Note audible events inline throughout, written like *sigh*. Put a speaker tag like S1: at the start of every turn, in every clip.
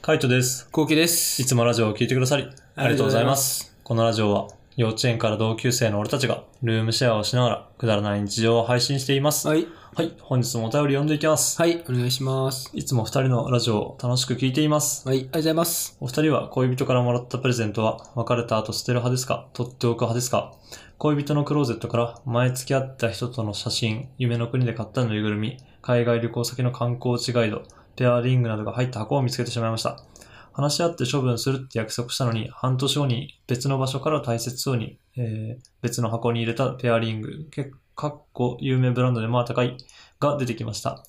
S1: カイトです。
S2: こうきで
S1: い
S2: す。
S1: つもラジオを聞いてくださり、あ
S2: あ
S1: りがとう
S2: りがとう
S1: ご
S2: ご
S1: ざ
S2: ざ
S1: い
S2: い
S1: ま。
S2: ます
S1: このラジオは、幼稚園から同級生の俺たちが、ルームシェアをしながら、くだらない日常を配信しています。はい、
S2: はい。
S1: 本日もお便り読んでいきます。
S2: はい、お願いします。
S1: いつも二人のラジオを楽しく聞いています。
S2: はい、ありがとうございます。
S1: お二人は恋人からもらったプレゼントは、別れた後捨てる派ですか取っておく派ですか恋人のクローゼットから、前付き合った人との写真、夢の国で買ったぬいぐるみ、海外旅行先の観光地ガイド、ペアリングなどが入った箱を見つけてしまいました。話し合って処分するって約束したのに、半年後に別の場所から大切そうに、えー別の箱に入れたペアリング、けかっこ有名ブランドでまあ高い、が出てきました。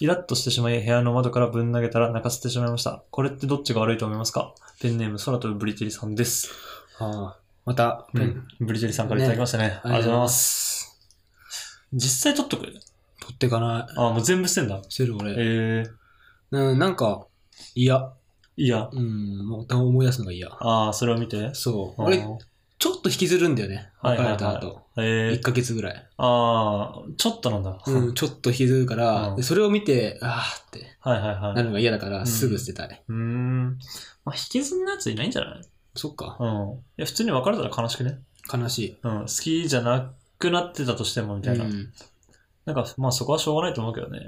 S1: イラッとしてしまい、部屋の窓からぶん投げたら泣かせてしまいました。これってどっちが悪いと思いますかペンネーム、空飛ぶブリテリさんです。
S2: ああ、また、
S1: う
S2: ペン
S1: ん、ブリテリさんからいただきましたね。ありがとうございます。
S2: す。
S1: 実際取っとく
S2: 取ってかない。
S1: あ、もう全部捨てんだ。
S2: してる俺。
S1: えー、
S2: うん、なんか、嫌。
S1: いや。
S2: うん、また思い出すのが嫌。
S1: ああ、それを見て。
S2: そう。
S1: あ
S2: 俺、ちょっと引きずるんだよね。
S1: はい
S2: 別
S1: はいはい
S2: れた後。
S1: え
S2: 1
S1: ー、
S2: ヶ月ぐらい。
S1: ああ、ちょっとなんだ。
S2: うん、ちょっと引きずるか
S1: うん
S2: ら、でそれを見て、ああって
S1: はいはいはい。
S2: なるのが嫌だか
S1: う
S2: ら、
S1: ん
S2: すぐ捨てたい。
S1: うーん。まあ、引きずんのやついないんじゃない
S2: そっか
S1: う。ん。いや、普通に別れたら悲しくね。
S2: 悲しい。
S1: うん。好きじゃなくなってたとしても、み
S2: う
S1: たいな。
S2: ん。
S1: なんか、まあそこはしょうがないと思うけどね。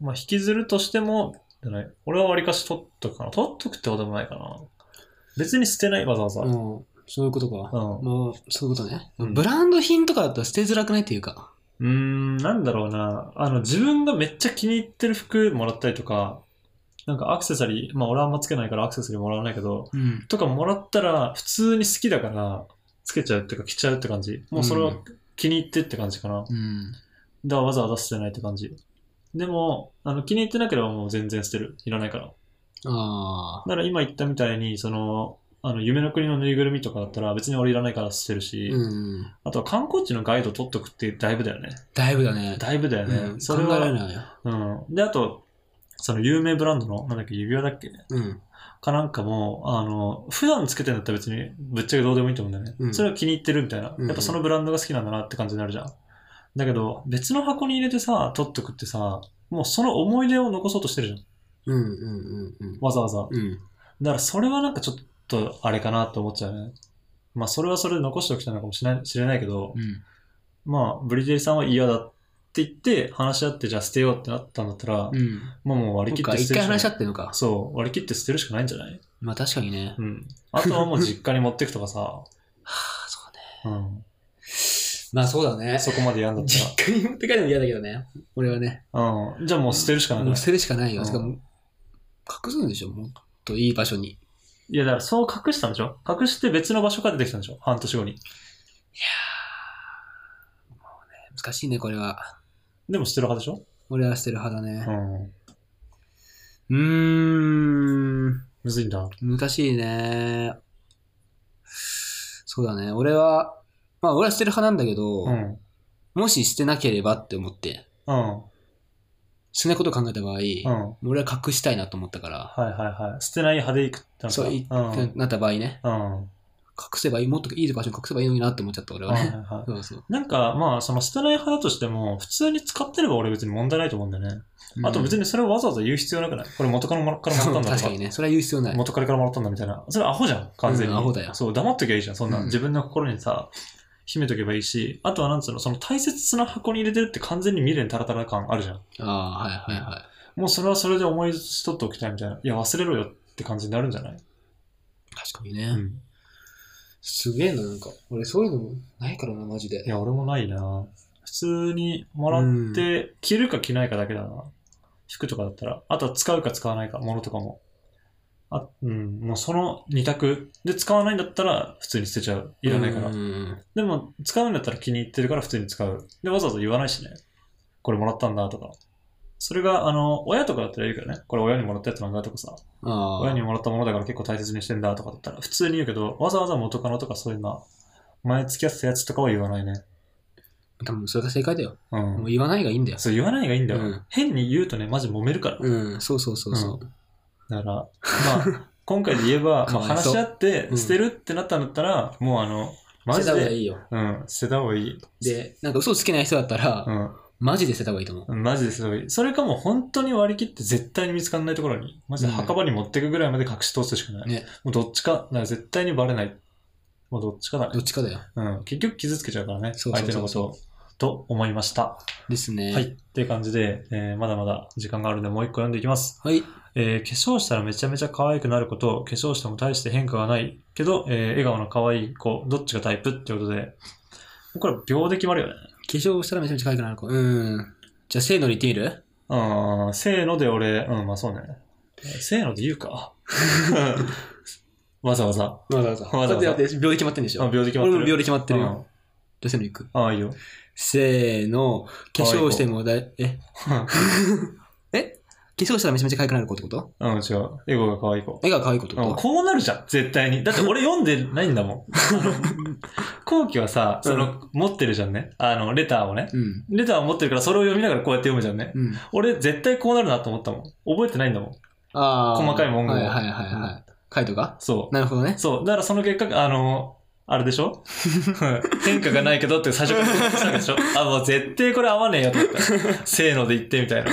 S1: まあ引きずるとしても、じゃない。俺はわりかし取っとくかな。取っとくってこともないかな。別に捨てない、わざわざ。うん。
S2: うんそういうことか。
S1: う
S2: もう、そういうことね。
S1: うん
S2: ブランド品とかだったら捨てづらくないっていうか。
S1: ーん、なんだろうな。あの、自分がめっちゃ気に入ってる服もらったりとか、なんかアクセサリー、まあ俺はあんまつけないからアクセサリーもらわないけど、
S2: うん。
S1: とかもらったら普通に好きだから、つけちゃうっていうか着ちゃうって感じ。もうそれは気に入ってって感じかな。
S2: うん。
S1: だからわざわざ捨てないって感じ。でも、あの気に入ってなければもう全然捨てる。いらないから。
S2: ああ。
S1: だから今言ったみたいに、その、あの、夢の国のぬいぐるみとかだったら別に俺いらないから捨てるし、
S2: うん。
S1: あとは観光地のガイド取っとくってだいぶだよね。
S2: だいぶだね。
S1: だいぶだよね。
S2: うん、
S1: そ
S2: 考
S1: れ
S2: え
S1: は
S2: られないよ。
S1: うん。で、あと、その有名ブランドの、なんだっけ、指輪だっけ
S2: うん。
S1: かなんかも、あの、普段つけてんだったら別にぶっちゃけどうでもいいと思うんだよね。
S2: うん
S1: それは気に入ってるみたいな。
S2: うん
S1: やっぱそのブランドが好きなんだなって感じになるじゃん。だけど、別の箱に入れてさ、取っとくってさ、もうその思い出を残そうとしてるじゃん。
S2: うんうんうんうん。
S1: わざわざ。
S2: うん。
S1: だからそれはなんかちょっとあれかなと思っちゃうね。まあそれはそれで残しておきたいのかもしれないしれないけど、
S2: うん。
S1: まあブリジェリさんは嫌だって言って話し合ってじゃあ捨てようってなったんだったら、
S2: うん。
S1: まあもう割り
S2: そ
S1: 切っ
S2: っか、
S1: て捨
S2: 一
S1: てるしか
S2: 回
S1: ない
S2: 話し合ってんのか。
S1: そう、割り切って捨てるしかないんじゃない
S2: まあ確かにね。
S1: うん。あとはもう実家に持ってくとかさ、
S2: *laughs* はあ、そうね。
S1: うん。
S2: まあそうだね。
S1: そこまでやんだっ
S2: 実
S1: た
S2: 家に持って帰るのも嫌だけどね。俺はね。 *laughs*
S1: ら。うん。じゃあもう捨てるしかないか
S2: も
S1: ら
S2: う捨てるしかないよ。
S1: うん
S2: しかも、隠すんでしょもっといい場所に。
S1: いやだからそう隠したんでしょ隠して別の場所から出てきたんでしょ半年後に。
S2: 難しいね、これは。
S1: でも捨てる派でしょ
S2: 俺は捨てる派だ
S1: う
S2: ね。
S1: ん。
S2: うーん。
S1: むずいんだ。
S2: 難しいね。そうだね。俺は、まあ俺は捨てる派なんだけど、
S1: うん。うん。
S2: もし捨てなければって思って、
S1: うん。
S2: 捨てないことを考えた場合、
S1: うん。
S2: 俺は隠したいなと思ったから、
S1: はいはいはい。捨てない派でいくってなんか
S2: そう、い
S1: うん。うん。
S2: なった場合ね、
S1: は
S2: 隠せばいい、もっといい場所に隠せばいいのになって思っちゃった俺
S1: い
S2: は
S1: はい
S2: ね。
S1: は
S2: そうそう。
S1: い。なんか、まあ、その捨てない派だとしても、普通に使ってれば俺別に問題ないと思うんだよね。あと別
S2: に、
S1: にそれをわざわざ言う必要なくないこれ元からもらからもら
S2: そう
S1: ったんだと
S2: 確かにね、それは言う必要ない。
S1: 元からからもらったんだみたいな。それアホじゃん、完全に。
S2: うんアホだよ
S1: そう、黙っときゃいいじゃん、そんな。
S2: うんん
S1: 自分の心にさ、秘めとけばいいし、あとはなんつうの、その大切な箱に入れてるって完全に未練タラタラ感あるじゃん。
S2: ああ、はいはいはい。
S1: もうそれはそれで思いしとっておきたいみたいな。いや、忘れろよって感じになるんじゃない
S2: 確かにね。
S1: うん。
S2: すげえな、なんか。俺そういうのもないからな、マジで
S1: い。や、俺もないな。普通にもらって、着るか着ないかだけだな。服とかだったら。あとは使うか使わないか、物とかも。あ、うん、もうその二択。で、使わないんだったら普通に捨てちゃう。いらないから
S2: う。ん
S1: でも、使うんだったら気に入ってるから普通に使う。で、わざわざ言わないしね。これもらったんだとか。それが、あの、親とかだったら言うけどね。これ親にもらったやつなんだとかさ。
S2: あ
S1: 親
S2: あ
S1: に。もらったものだから結構大切にしてんだとかだったら、普通に言うけど、わざわざ元カノとかそういうのは、前付き合ってたやつとかは言わないね。
S2: 多分それが正解だよ。
S1: うん。
S2: もう言わないがいいんだよ。
S1: そう言わないがいいんだよ。
S2: うん
S1: 変に言うとね、マジ揉めるから。
S2: うん、そうそうそうそう。
S1: だから、まあ、 *laughs* 今回で言えば、ま
S2: *laughs* か
S1: あ、
S2: わいそ
S1: 話
S2: う
S1: し合って
S2: う、ん
S1: 捨てるってなったんだったら、もうあの、マ
S2: マジ
S1: ジ
S2: で
S1: で、
S2: いいよ。
S1: うん、捨てた方がいい。
S2: で、なんか嘘つけない人だったら、
S1: うん、
S2: マジで捨てた方がいいと思う。
S1: マジですごい。それかもう本当に割り切って絶対に見つかんないところに、マジで墓場に持ってくぐらいまで隠し通すしかない。
S2: ね
S1: もうどっちか、だから絶対にバレない。もうどっちかだ
S2: ど
S1: ね。
S2: っちかだよ。
S1: うん。結局傷つけちゃうからね。
S2: そう
S1: 相
S2: そうそう
S1: 手のことを。と思いました。
S2: ですね。
S1: はい。。っていう感じで、えーまだまだ時間があるのでもう一個読んでいきます。
S2: はい。
S1: えー化粧したらめちゃめちゃ可愛くなること、化粧しても大して変化がないけど、えー笑顔の可愛い子、どっちがタイプってことで、これ秒で決まるよね。
S2: 化粧したらめちゃめちゃ可愛くなる子。うん。じゃあ、せーのに言ってみる
S1: うん、せーので俺、うん、まあそうね。せーので言うか。 *laughs* わざわざ。
S2: わざわざ。
S1: わざわざ
S2: だって、だって秒で決まってんでしょ。
S1: あ、秒で決まっ
S2: 俺
S1: てる。
S2: も秒で決まってる
S1: うん
S2: よ。じゃあ、せーの行く。
S1: ああ、いいよ。
S2: せーの。化粧してもだい、 *laughs* ええ化粧したらめちゃめちゃ可愛くなる子ってこと
S1: うん、違う。エゴが可愛い子。
S2: 絵が可愛い子ってこ
S1: うん
S2: と
S1: こうなるじゃん、絶対に。だって俺読んでないんだもん。 *laughs* 後期はさ、その、持ってるじゃんね。あの、レターをね。
S2: うん。
S1: レターを持ってるから、それを読みながらこうやって読むじゃんね。
S2: うん。
S1: 俺、絶対こうなるなと思ったもん。覚えてないんだもん。
S2: あー
S1: 細かい文言を
S2: はいはいはいはい。カイトが
S1: そ
S2: なるほどね
S1: う。。そう。だからその結果、あの、あれでしょ *laughs* 変化がないけどって最初から言ってたでしょあ、もう絶対これ合わねえよと思った。せーので言ってみたいな。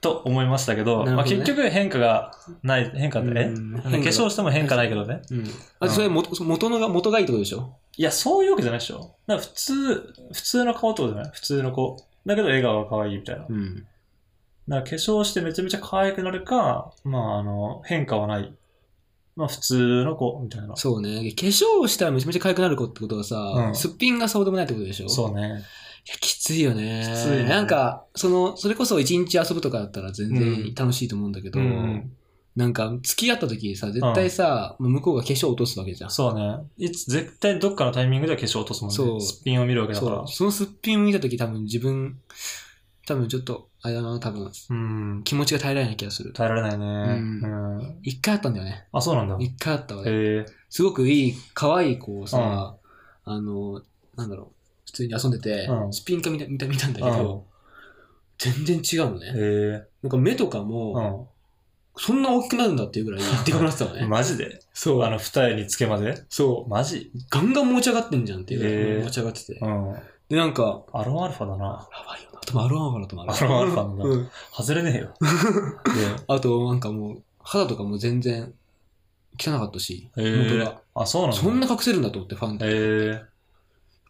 S1: と思いましたけど、
S2: なる
S1: ま
S2: ほ
S1: あ、
S2: どね
S1: 結局変化がない、変化ってね。
S2: うん
S1: 化粧しても変化ないけどね。
S2: うん。あとそれ元、元のが、元がいいってことでしょ
S1: いや、そういうわけじゃないでしょ。だから普通、普通の顔ってことじゃない普通の子。だけど笑顔が可愛いみたいな。だか
S2: うん。
S1: ら化粧してめちゃめちゃ可愛くなるか、まあ、あの、変化はない。まあ、普通の子みたいな。
S2: そうね。化粧したらめちゃめちゃ可愛くなる子ってことはさ、
S1: うん
S2: すっぴんがそうでもないってことでしょ
S1: そうね。
S2: いや、きついよね。
S1: きついね
S2: なんか、その、それこそ一日遊ぶとかだったら全
S1: うん
S2: 然楽しいと思うんだけど、
S1: うん
S2: なんか、付き合った時さ、絶対さ、もう向こうが化粧落とすわけじゃん。
S1: そうね。いつ、絶対どっかのタイミングでは化粧落とすもんね。
S2: そう
S1: すっぴんを見るわけだか
S2: そ
S1: ら
S2: う。。そのすっぴん見た時多分自分、多分ちょっと、あれだな、多分、
S1: うん。
S2: 気持ちが耐えられない気がする。
S1: 耐えられないね。う。
S2: うん一回あったんだよね。
S1: あ、そうなんだ。へ
S2: 一回あった俺。
S1: え。
S2: すごくいい、可愛い子をさ、あの、なんだろう、普通に遊んでて、
S1: うん
S2: すっぴんか見た見た見たんだけ
S1: うん
S2: ど、全然違うのね。
S1: へえ。
S2: なんか目とかも、
S1: う
S2: そんな大きくなるんだっていうぐ
S1: *laughs*
S2: らい、でかくなってたのね
S1: ん。。マジで
S2: そう。
S1: あの、二重につけまで
S2: そ
S1: マジ
S2: う。ガンガン持ち上がってんじゃんっていうぐらい
S1: へー
S2: 持ち上がってて
S1: う。ん。
S2: で、なんか、
S1: アロンアルファだな。
S2: やばいよな。多分アロンアルファだと思う。
S1: アロンアルファなんだ
S2: うん。
S1: 外れね
S2: *laughs*
S1: えよ。
S2: あと、なんかもう、肌とかも全然汚かったし、
S1: へ
S2: 元
S1: え
S2: が。
S1: あ、そうなんだ。
S2: そんな隠せるんだと思って、ファンって。やっ
S1: へえ。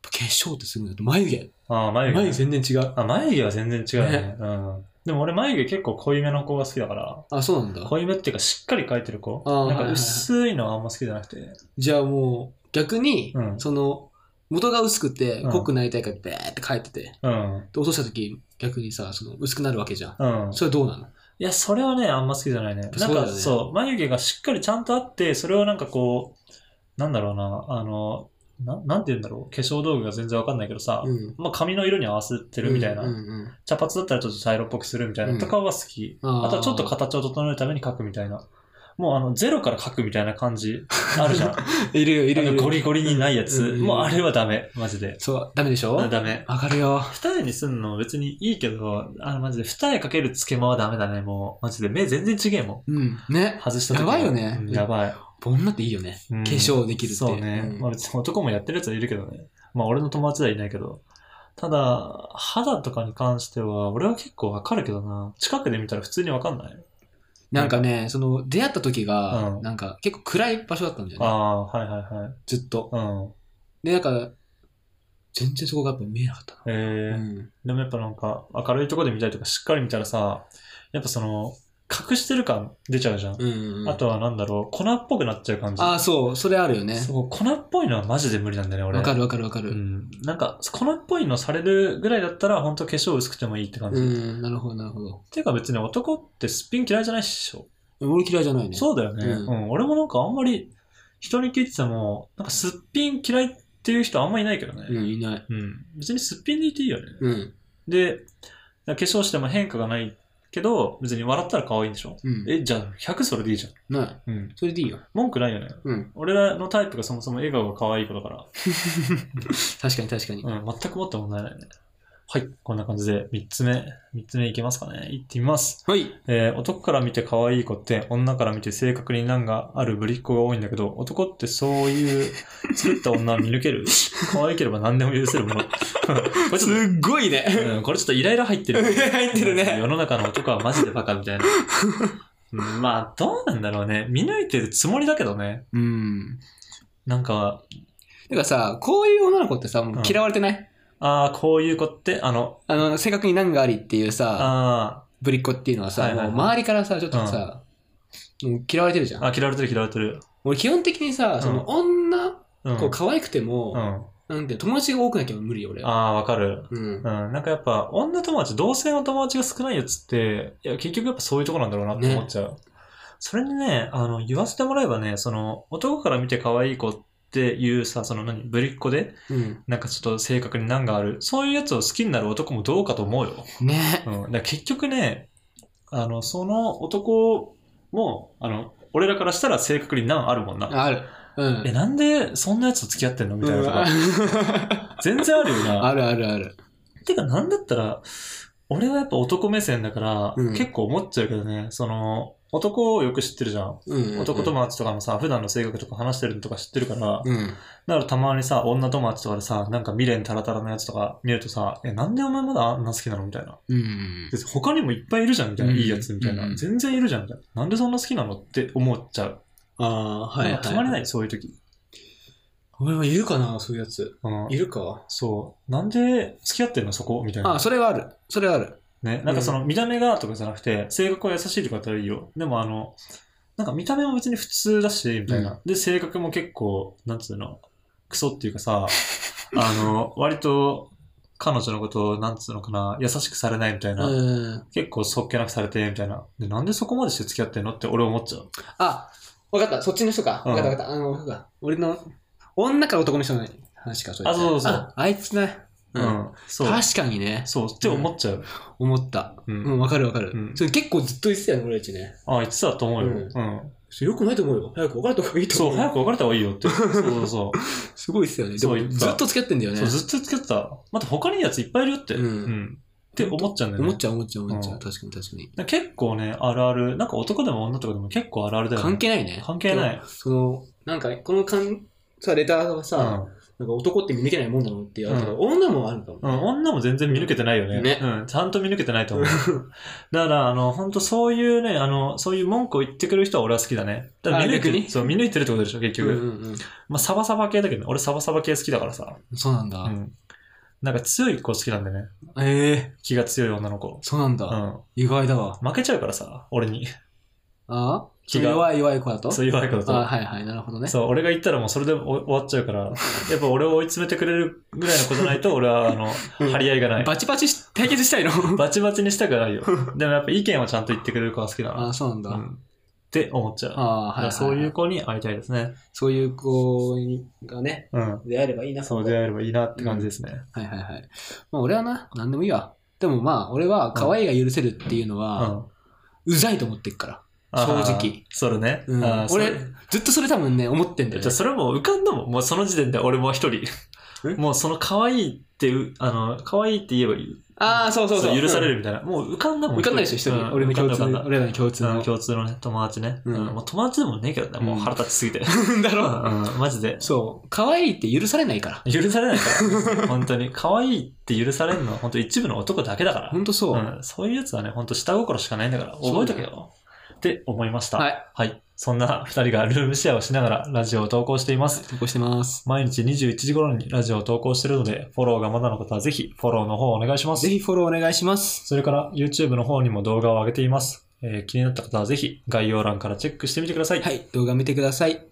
S2: ぱ化粧ってするんだと眉毛。
S1: あ、眉毛ね。
S2: 眉毛全然違う。
S1: あ、眉毛は全然違うね。うん。でも俺眉毛結構濃いめの子が好きだから、
S2: あ、そうなんだ。
S1: 濃いめっていうかしっかり描いてる子。
S2: あー
S1: なんか薄いのはあんま好きじゃなくて。
S2: じゃあもう、逆に
S1: う、ん
S2: その、元が薄くて
S1: うん
S2: 濃くなりたいからベーって描いてて、で
S1: うん。
S2: 落とした時逆にさ、その薄くなるわけじゃん。
S1: うん。
S2: それはどうなの
S1: いや、それはね、あんま好きじゃないね。な
S2: そ
S1: ん
S2: うだよね
S1: かそう、眉毛がしっかりちゃんとあって、それをなんかこう、なんだろうな、あの、ななんて言うんだろう、化粧道具が全然わかんないけどさ、
S2: うん。
S1: まあ髪の色に合わせてるみたいな、
S2: うんうんうん
S1: 茶髪だったらちょっと茶色っぽくするみたいな、
S2: うん
S1: とかは好き。
S2: あー
S1: あとはちょっと形を整えるために描くみたいな。もうあの、ゼロから描くみたいな感じあるじゃん。
S2: *laughs* いるよ、い
S1: あ
S2: る
S1: の
S2: よいるよ。
S1: ゴリゴリにないやつ。
S2: うん
S1: もうあれはダメ、マジで。
S2: そう、ダメでしょ
S1: ダメ。
S2: わかるよ。
S1: 二重にすんの別にいいけど、あのマジで二重かけるつけまはダメだね、もう。マジで目全然ちげえも
S2: うん。ね
S1: ん。。外した時
S2: やばいよね
S1: うんやばい。
S2: 女っていいよね。
S1: うん
S2: 化粧できるって。
S1: そうね。
S2: ん
S1: まあ別に男もやってるやつはいるけどね。まあ俺の友達はいないけど。ただ、肌とかに関しては、俺は結構わかるけどな。近くで見たら普通にわかんない。
S2: なんかね、その、出会った時が、
S1: うん
S2: なんか、結構暗い場所だったんだよ
S1: あ
S2: ね。
S1: あ、はいはいはい。
S2: ずっと。
S1: うん。
S2: で、なんか、全然そこがやっぱ見えなかった
S1: ええ
S2: な。うん。
S1: でもやっぱなんか、明るいとこで見たりとか、しっかり見たらさ、やっぱその、隠してる感出ちゃうじゃん。
S2: うん、うん。
S1: あ、とはなんだろう、粉っぽくなっちゃう感じ。
S2: ああ、そう、それあるよね。
S1: そう、粉っぽいのはマジで無理なんだよね、俺。
S2: わかるわかるわかる。
S1: う
S2: うん、
S1: ん。なんか、粉っぽいのされるぐらいだったら、本当化粧薄くてもいいって感じ。
S2: なるほど、なるほど。
S1: ていうか別に男ってすっぴん嫌いじゃないっしょ。
S2: 俺嫌いじゃないね。
S1: そうだよね、う。
S2: うんん
S1: 俺もなんかあんまり人に聞いてても、なんかすっぴん嫌いっていう人あんまいないけどね。
S2: うん、いない。
S1: うん。別にすっぴんでいていいよね。
S2: うん。
S1: で、化粧しても変化がないけど、別に笑ったら可愛いんでしょ。
S2: うん。
S1: え、じゃあ100それでいいじゃ
S2: ない。
S1: ん。うん。
S2: それでいいよ。
S1: 文句ないよね。
S2: うん。
S1: 俺らのタイプがそもそも笑顔が可愛い子だから、
S2: 確かに確かに。
S1: うん、全くもって問題ないね。はい。こんな感じで3つ目、3つ目いけますかね。いってみます。
S2: はい。
S1: えー男から見て可愛い子って女から見て性格に難があるぶりっ子が多いんだけど、男ってそういう作った女は見抜ける。 *laughs* 可愛ければ何でも許せるもの。こ *laughs* れ
S2: す
S1: ちょっ
S2: っごい
S1: と、
S2: ね。
S1: うんこれちょっとイライラ入ってる。
S2: *laughs* 入ってるね
S1: 世の中の男はマジでバカみ
S2: *laughs*
S1: たいな。うんまあ、どうなんだろうね。見抜いてるつもりだけどね。
S2: うん。
S1: なんか、
S2: てかさ、こういう女の子ってさ、もう嫌われてない、
S1: ああ、こういう子って、あの、
S2: あの、性格に難がありっていうさ、
S1: あ
S2: ぶりっ子っていうのはさ、
S1: はいはいはい
S2: もう周りからさ、ちょっとさ、もう嫌われてるじゃ
S1: ー
S2: ん。
S1: あ、嫌われてる嫌われてる。
S2: 俺基本的にさ、その女、
S1: うん。
S2: こう可愛くて
S1: うん。
S2: も、
S1: あ
S2: なんて友達が多くなきゃ無理よ、俺は。
S1: あー、わかる。
S2: うん。
S1: うん、なんかやっぱ女友達同性の友達が少ないやつっていや結局やっぱそういうとこなんだろうなって思っちゃう、それにねあの言わせてもらえばねその男から見て可愛い子っていうさその何ぶりっ子で
S2: うん。
S1: なんかちょっと性格に難があるそういうやつを好きになる男もどうかと思うよ、
S2: ね
S1: うん、だから結局ねあのその男もあの俺らからしたら性格に難あるもんな
S2: ある。うん。
S1: えなんでそんなやつと付き合ってんのみたいなとか、
S2: う
S1: 全然あるよ
S2: ん
S1: な
S2: *laughs* あるあるある。
S1: てか、なんだったら、俺はやっぱ男目線だから、
S2: うん
S1: 結構思っちゃうけどね、その、男をよく知ってるじゃん。
S2: うんうんうん
S1: 男友達とかもさ、普段の性格とか話してるのとか知ってるから、
S2: うん。
S1: だからたまにさ、女友達とかでさ、なんか未練タラタラのやつとか見るとさ、え、なんでお前まだあんな好きなのみたいな。
S2: うん
S1: で。他にもいっぱいいるじゃん、みたいな。
S2: うん
S1: いいやつ、みたいな。
S2: うん
S1: 全然いるじゃん、みたいな。なんでそんな好きなのって思っちゃう。
S2: ああ、はい、
S1: な
S2: は
S1: ん
S2: い。
S1: かたまれない、そういう時。
S2: 俺はいるかな、そういうやつ。
S1: うん
S2: いるか。
S1: そう。なんで付き合ってんの、そこみたいな。
S2: あ、それはある。それはある。
S1: ね、なんかその見た目がとかじゃなくて、性格は優しいとかだったらいいよ。でもあの、なんか見た目も別に普通だし、みたいな。
S2: う
S1: で、性格も結構、なんつうの、クソっていうか
S2: *laughs*
S1: さ、あの、割と彼女のことを、なんつうのかな、優しくされないみたいうな。
S2: ん。
S1: 結構そっけなくされて、みたいな。で、なんでそこまでして付き合ってんのって俺思っちゃう。
S2: あ、わかった。そっちの人か。
S1: うん
S2: わかったわかった。あの、そうか俺の、女か男の人の話か、それ
S1: あそうそうそう
S2: ああいつね。
S1: うん。そう。
S2: 確かにね。
S1: そう。って思っちゃう。
S2: 思った。
S1: うん。
S2: うん、わかるわかる。
S1: うん
S2: それ結構ずっと言ってたよね、俺たちね。
S1: あ、いつだと思うよ。うん。
S2: それよくないと思うよ。早く別れた方がいいと
S1: そ
S2: 思
S1: う、
S2: う。
S1: 早く別れた方がいいよって。そうそうそう。
S2: *laughs* すごいっすよね。で
S1: そう
S2: も
S1: 言った
S2: ずっと付き合ってんだよね。
S1: そうずっと付き合ってた。また他にいいやついっぱいいるよって。
S2: うん
S1: って思っちゃうんだよね。
S2: 思っちゃう思っちゃう思っちゃう。
S1: うん
S2: 確かに確かに。
S1: だから結構ね、あるある。なんか男でも女とかでも結構あるあるだよね。
S2: 関係ないね。
S1: 関係ない。
S2: その、なんか、このかんさ、レターが
S1: う
S2: さ、なんか男って見抜けないもんだろうっていう、あと
S1: う
S2: 女もあるかも。
S1: ん。うん、女も全然見抜けてないよね。
S2: ね
S1: うん。ちゃんと見抜けてないと
S2: *laughs*
S1: 思う。だから、あの、本当そういうね、あの、そういう文句を言ってくる人は俺は好きだね。だから見抜いて
S2: あ逆に
S1: そう、見抜いてるってことでしょ、結
S2: うん
S1: 局。
S2: うん
S1: まあ、サバサバ系だけどね。俺サバサバ系好きだからさ。
S2: うん。そうなん
S1: う
S2: だ。
S1: ん。なんか強い子好きなんだよね。
S2: ええ、
S1: 気が強い女の子。
S2: そうなん
S1: う
S2: だ。
S1: ん。
S2: 意外だわ。
S1: 負けちゃうからさ、俺に。
S2: あ
S1: 気が
S2: 弱い弱い子だと
S1: そういう若い子だと。
S2: あはいはい、なるほどね。
S1: そう、俺が言ったらもうそれで終わっちゃうから、やっぱ俺を追い詰めてくれるぐらいの子じゃないと、俺は、あの、
S2: うん
S1: 張り合いがない。
S2: バチバチし対決したいの
S1: バチバチにしたくないよ。でもやっぱ意見をちゃんと言ってくれる子が好きだな。
S2: *laughs* あそうなんだ。
S1: うんって思っちゃう。だか
S2: ああ、はい、は
S1: ら
S2: い。
S1: そういう、子に会いたいですね。
S2: そういう子がね、
S1: うん。
S2: 出会えればいいな。
S1: そう
S2: で。
S1: 出会えればいいなって感じですね。
S2: はいはいはい。まあ俺はな、なんでもいいわ。でもまあ、俺は可愛いが許せるっていうの
S1: うん。
S2: は、うざいと思ってるから。
S1: あー
S2: 正直。
S1: それね。
S2: うん
S1: あーそれ
S2: 俺、ずっとそれ多分ね、思ってんだよ、
S1: じゃ
S2: ね
S1: あ。それもう浮かんだもん。もうその時点で俺も一人
S2: え。
S1: もうその可愛いってう、あの、可愛いって言えばいい。
S2: ああ、そうそうそう。
S1: 許されるみたいな。もう浮かんだもん。
S2: 浮かんだでしょ、一
S1: う
S2: 人。
S1: ん
S2: 俺の共
S1: 浮
S2: 通
S1: かんだ浮かんだ
S2: の。俺らの共通
S1: うん
S2: の。
S1: 共通のね、友達ね。
S2: う
S1: うんん。もう友達でもねえけどね、もう
S2: うん
S1: 腹立ちすぎて。
S2: だ
S1: う
S2: ろ
S1: ん、 *laughs* うんマジで。
S2: そう。可愛いって許されないから。
S1: 許されないから。 *laughs* 本当に。可愛いって許されるのは本当一部の男だけだから。
S2: ほんとそう。
S1: ん、そういうやつはね、本当下心しかないんだから、
S2: そ
S1: 覚
S2: う
S1: え
S2: だ
S1: と
S2: よ
S1: けよ。って思いました。。
S2: はいい。
S1: そんな二人がルームシェアをしながらラジオを投稿しています。
S2: 投稿してます。
S1: 毎日21時頃にラジオを投稿しているので、フォローがまだの方はぜひフォローの方お願いします
S2: ぜ。ひフォローお願いします。
S1: それから YouTube の方にも動画を上げています。えー気になった方はぜひ概要欄からチェックしてみてください。
S2: はい。動画見てください。